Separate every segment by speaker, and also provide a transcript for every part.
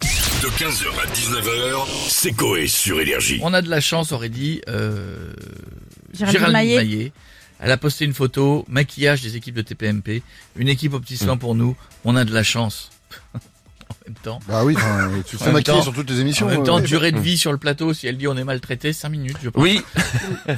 Speaker 1: De 15h à 19h, c'est Coé sur Énergie.
Speaker 2: On a de la chance, aurait dit euh,
Speaker 3: Géraldine
Speaker 2: Géraldine
Speaker 3: Maillet.
Speaker 2: Maillet. Elle a posté une photo, maquillage des équipes de TPMP, une équipe au petit soin
Speaker 4: Mmh.
Speaker 2: pour nous. On a de la chance. en même temps.
Speaker 4: Bah oui, enfin, tu te
Speaker 2: En
Speaker 4: fais
Speaker 2: même temps-
Speaker 4: maquiller sur toutes les
Speaker 2: En
Speaker 4: émissions.
Speaker 2: même temps,
Speaker 4: euh,
Speaker 2: durée de vie sur le plateau, si elle dit on est maltraité, 5 minutes, je pense.
Speaker 5: Oui,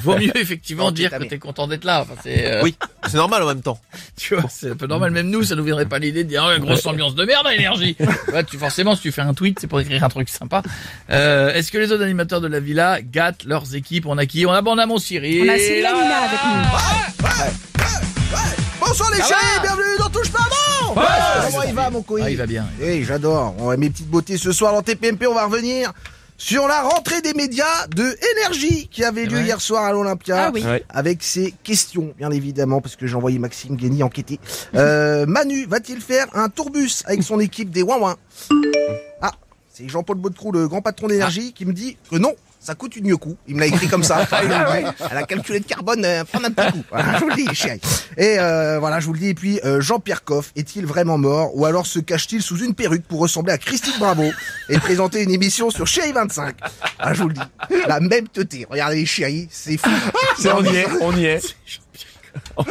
Speaker 2: Vaut mieux effectivement
Speaker 6: Oh,
Speaker 2: dire
Speaker 6: putain,
Speaker 2: que
Speaker 6: mais-
Speaker 2: t'es content d'être là. Enfin, c'est, euh,
Speaker 5: oui, c'est normal en même temps.
Speaker 2: Tu vois, c'est un peu normal. Même nous, ça nous viendrait pas l'idée de dire, Ah, grosse ambiance de merde à énergie. ouais, tu, forcément, si tu fais un tweet, c'est pour écrire un truc sympa. Euh, est-ce que les autres animateurs de la villa gâtent leurs équipes? On a qui? On a, bon, on a mon Cyril.
Speaker 3: On a Cyril Hanouna avec nous.
Speaker 6: Bonsoir les chéris, bienvenue dans Touche pas bon Comment il va mon coïn
Speaker 2: Ah, il va bien.
Speaker 6: Eh, j'adore. On va mes petites beautés ce soir dans TPMP, on va revenir sur la rentrée des médias de Énergie qui avait lieu
Speaker 2: Ouais.
Speaker 6: hier soir à l'Olympia.
Speaker 3: Ah oui.
Speaker 5: Ouais.
Speaker 6: Avec ses questions, bien évidemment, parce que j'ai envoyé Maxime Guény enquêter. Euh, Manu va-t-il faire un tourbus avec son équipe des Wouin Ah, c'est Jean-Paul Baudecrou, le grand patron d'énergie,
Speaker 5: Ah.
Speaker 6: qui me dit que non, ça coûte une mieux coup. Il me l'a écrit comme ça. Elle a calculé de carbone, euh, prendre un petit coup. Voilà, je vous le dis, chérie. Et euh, voilà, je vous le dis. Et puis, euh, Jean-Pierre Coff, est-il vraiment mort Ou alors se cache-t-il sous une perruque pour ressembler à Christine Bravo et présenter une émission sur Chérie 25 Ah, je vous le dis. La même teuté. Regardez les chéris, c'est fou. C'est
Speaker 5: Ah, On y est, on y est.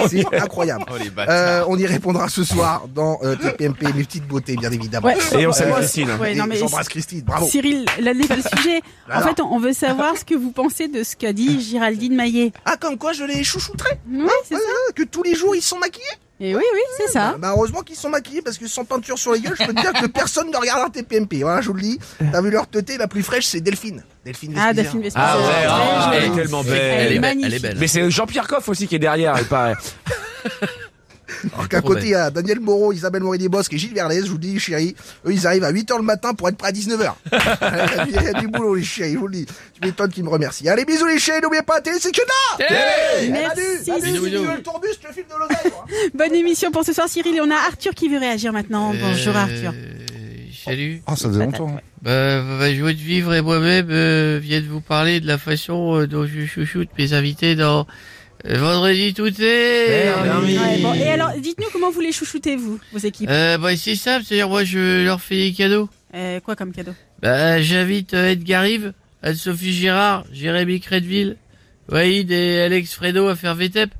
Speaker 6: c'est incroyable.
Speaker 5: Oh,
Speaker 6: Euh, on y répondra ce soir dans euh, TPMP, mes petites beautés, bien évidemment.
Speaker 3: Ouais.
Speaker 5: Et on salue
Speaker 3: Ouais,
Speaker 5: Christine.
Speaker 3: ouais, non, mais
Speaker 6: J'embrasse Christine, bravo.
Speaker 3: Cyril, là n'est pas le sujet. En
Speaker 6: Alors.
Speaker 3: fait, on on veut savoir ce que vous pensez de ce qu'a dit Géraldine Maillet.
Speaker 6: Ah, comme quoi je les chouchouterai
Speaker 3: Oui, c'est
Speaker 6: hein,
Speaker 3: ça.
Speaker 6: Que tous les jours ils sont maquillés
Speaker 3: Et oui, oui, c'est ça.
Speaker 6: Bah, heureusement qu'ils sont maquillés parce que sans peinture sur les gueules, je peux te dire que personne ne regardera TPMP. Voilà, hein, je vous le dis. T'as vu leur teuté la plus fraîche, c'est Delphine. Delphine
Speaker 3: Ah,
Speaker 6: Vespizer.
Speaker 3: Delphine Vespers.
Speaker 5: Ah ouais,
Speaker 3: Très
Speaker 5: ah, elle est
Speaker 3: jolie.
Speaker 5: tellement
Speaker 2: Elle est
Speaker 5: belle.
Speaker 2: belle, elle est
Speaker 3: magnifique.
Speaker 2: belle.
Speaker 5: Mais c'est Jean-Pierre Coff aussi qui est derrière, il paraît.
Speaker 6: Alors qu'à côté, il y a Daniel Moreau, Isabelle Morini-Bosque et Gilles Verlaise. Je vous le dis, chérie, eux, ils arrivent à 8h le matin pour être prêts à 19h. il y a du boulot, les chéris, je vous le dis. Tu m'étonnes qu'ils me remercient. Allez, bisous, les chéris, n'oubliez pas, la télé, c'est que là
Speaker 3: Merci.
Speaker 6: Salut,
Speaker 2: Bisous,
Speaker 6: si tu
Speaker 2: bisous.
Speaker 6: veux le tourbus, je te filme de l'oseille, moi.
Speaker 3: Bonne émission pour ce soir, Cyril. Et on a Arthur qui veut réagir maintenant. Bonjour, Arthur.
Speaker 2: Euh, Salut.
Speaker 4: Ah, ça faisait longtemps. hein.
Speaker 2: Bah, bah, joie de vivre et moi-même euh, viennent vous parler de la façon euh, dont je chouchoute mes invités dans euh, Vendredi tout est. Ah
Speaker 5: Bernie.
Speaker 3: Ouais, bon. Et alors, dites-nous comment vous les chouchoutez, vous, vos équipes
Speaker 2: Euh, bah, c'est simple, c'est-à-dire moi je leur fais des cadeaux.
Speaker 3: Euh, Quoi comme cadeau
Speaker 2: Bah, j'invite euh, Edgar Rive, Anne-Sophie Girard, Jérémy Crédville, Waïd et Alex Fredo à faire VTEP.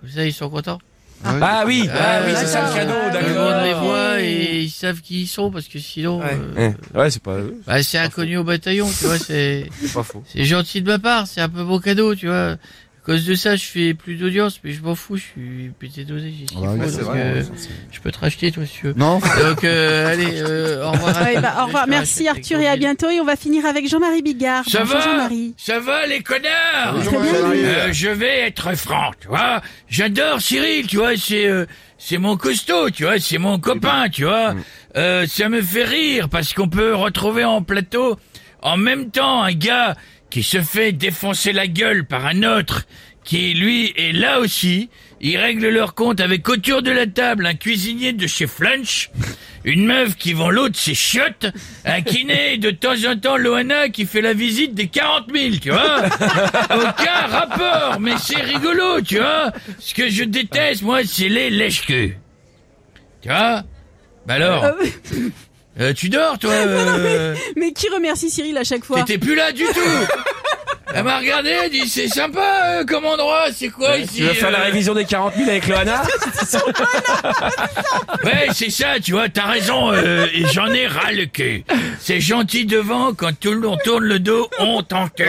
Speaker 2: Comme ça, ils sont contents. Euh,
Speaker 5: Ah oui, ah oui, c'est ça le cadeau,
Speaker 2: Tout le
Speaker 5: d'accord.
Speaker 2: monde les voit et ils savent qui ils sont parce que sinon, euh,
Speaker 5: Eh, Ouais, c'est pas,
Speaker 2: bah, c'est inconnu au bataillon, tu vois, c'est...
Speaker 5: c'est pas faux.
Speaker 2: C'est gentil de ma part, c'est un peu mon cadeau, tu vois. À cause de ça, je fais plus d'audience, mais je m'en fous, je suis pété dosé, j'ai ce qu'il
Speaker 4: Ah, oui,
Speaker 2: faut,
Speaker 4: c'est
Speaker 2: donc,
Speaker 4: vrai,
Speaker 2: euh,
Speaker 4: ouais, ça, c'est-
Speaker 2: je peux te racheter, toi, si tu veux.
Speaker 4: Non
Speaker 2: Donc, euh, allez, euh, au revoir.
Speaker 3: Ouais, bah, Au revoir,
Speaker 2: Je te
Speaker 3: merci
Speaker 2: rachète
Speaker 3: Arthur
Speaker 2: les
Speaker 3: et à
Speaker 2: gros bisous.
Speaker 3: bientôt. Et on va finir avec Jean-Marie Bigard.
Speaker 7: Ça
Speaker 3: Bonjour
Speaker 7: va
Speaker 3: Jean-Marie.
Speaker 7: Ça va les connards
Speaker 4: Bonjour,
Speaker 3: très bien,
Speaker 4: Jean-Marie.
Speaker 7: Euh, Je vais être franc, tu vois. J'adore Cyril, tu vois, c'est euh, c'est mon costaud, tu vois, c'est mon copain, tu vois. Euh, ça me fait rire parce qu'on peut retrouver en plateau en même temps un gars qui se fait défoncer la gueule par un autre qui lui est là aussi. Ils règlent leur compte avec autour de la table un cuisinier de chez Flunch, une meuf qui vend l'eau de ses chiottes, un kiné et de temps en temps Loana qui fait la visite des 40 000, tu vois. Aucun rapport, mais c'est rigolo, tu vois. Ce que je déteste, moi, c'est les lèche-queues. Tu vois Bah alors
Speaker 3: Euh,
Speaker 7: euh, Tu dors, toi euh,
Speaker 3: Mais qui remercie Cyril à chaque fois
Speaker 7: T'étais plus là du tout Elle m'a regardé, elle dit c'est sympa euh, comme endroit, c'est quoi ici
Speaker 5: Tu veux faire la
Speaker 7: euh
Speaker 5: révision des 40 000 avec Loana
Speaker 7: Ouais, c'est ça, tu vois, t'as raison, euh, et j'en ai ras le cul. C'est gentil devant, quand tout le monde tourne le dos, on t'en que
Speaker 5: ouais,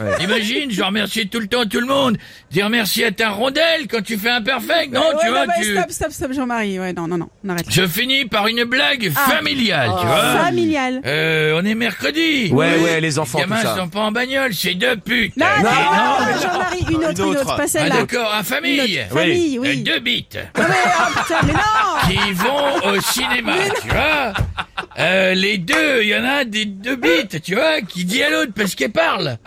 Speaker 5: ouais,
Speaker 7: Imagine, je remercie tout le temps tout le monde. Dire merci à ta rondelle quand tu fais un perfect, non,
Speaker 3: Ouais,
Speaker 7: tu
Speaker 3: non,
Speaker 7: vois,
Speaker 3: mais
Speaker 7: tu...
Speaker 3: Stop, stop, stop, Jean-Marie. Ouais, non, non, non, on arrête.
Speaker 7: Je finis par une blague
Speaker 3: Ah.
Speaker 7: familiale, tu
Speaker 3: Oh.
Speaker 7: vois.
Speaker 3: Familial.
Speaker 7: Euh, on est mercredi.
Speaker 5: Ouais, ouais, les enfants,
Speaker 7: Les
Speaker 5: tout
Speaker 7: gamins
Speaker 5: ça.
Speaker 7: sont pas en bagnole, c'est deux putes.
Speaker 3: Non, non,
Speaker 5: non,
Speaker 3: non, Jean-Marie, une autre, une autre, pas
Speaker 7: Ah,
Speaker 3: celle-là.
Speaker 7: d'accord, à famille.
Speaker 3: Une autre. Famille,
Speaker 7: Euh,
Speaker 3: oui.
Speaker 7: Deux bites.
Speaker 3: Non, mais, oh, putain, mais non
Speaker 7: qui vont au cinéma, tu vois. Euh, les deux, il y en a un des deux bites, tu vois, qui dit à l'autre parce qu'elle parle.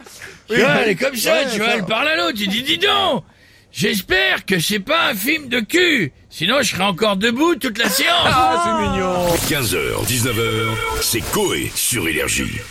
Speaker 7: Tu vois, elle est comme ça, tu vois, elle parle à l'autre, il dit dis donc J'espère que c'est pas un film de cul, sinon je serai encore debout toute la séance.
Speaker 5: Ah, c'est mignon.
Speaker 1: 15h, 19h, c'est Coé sur Énergie.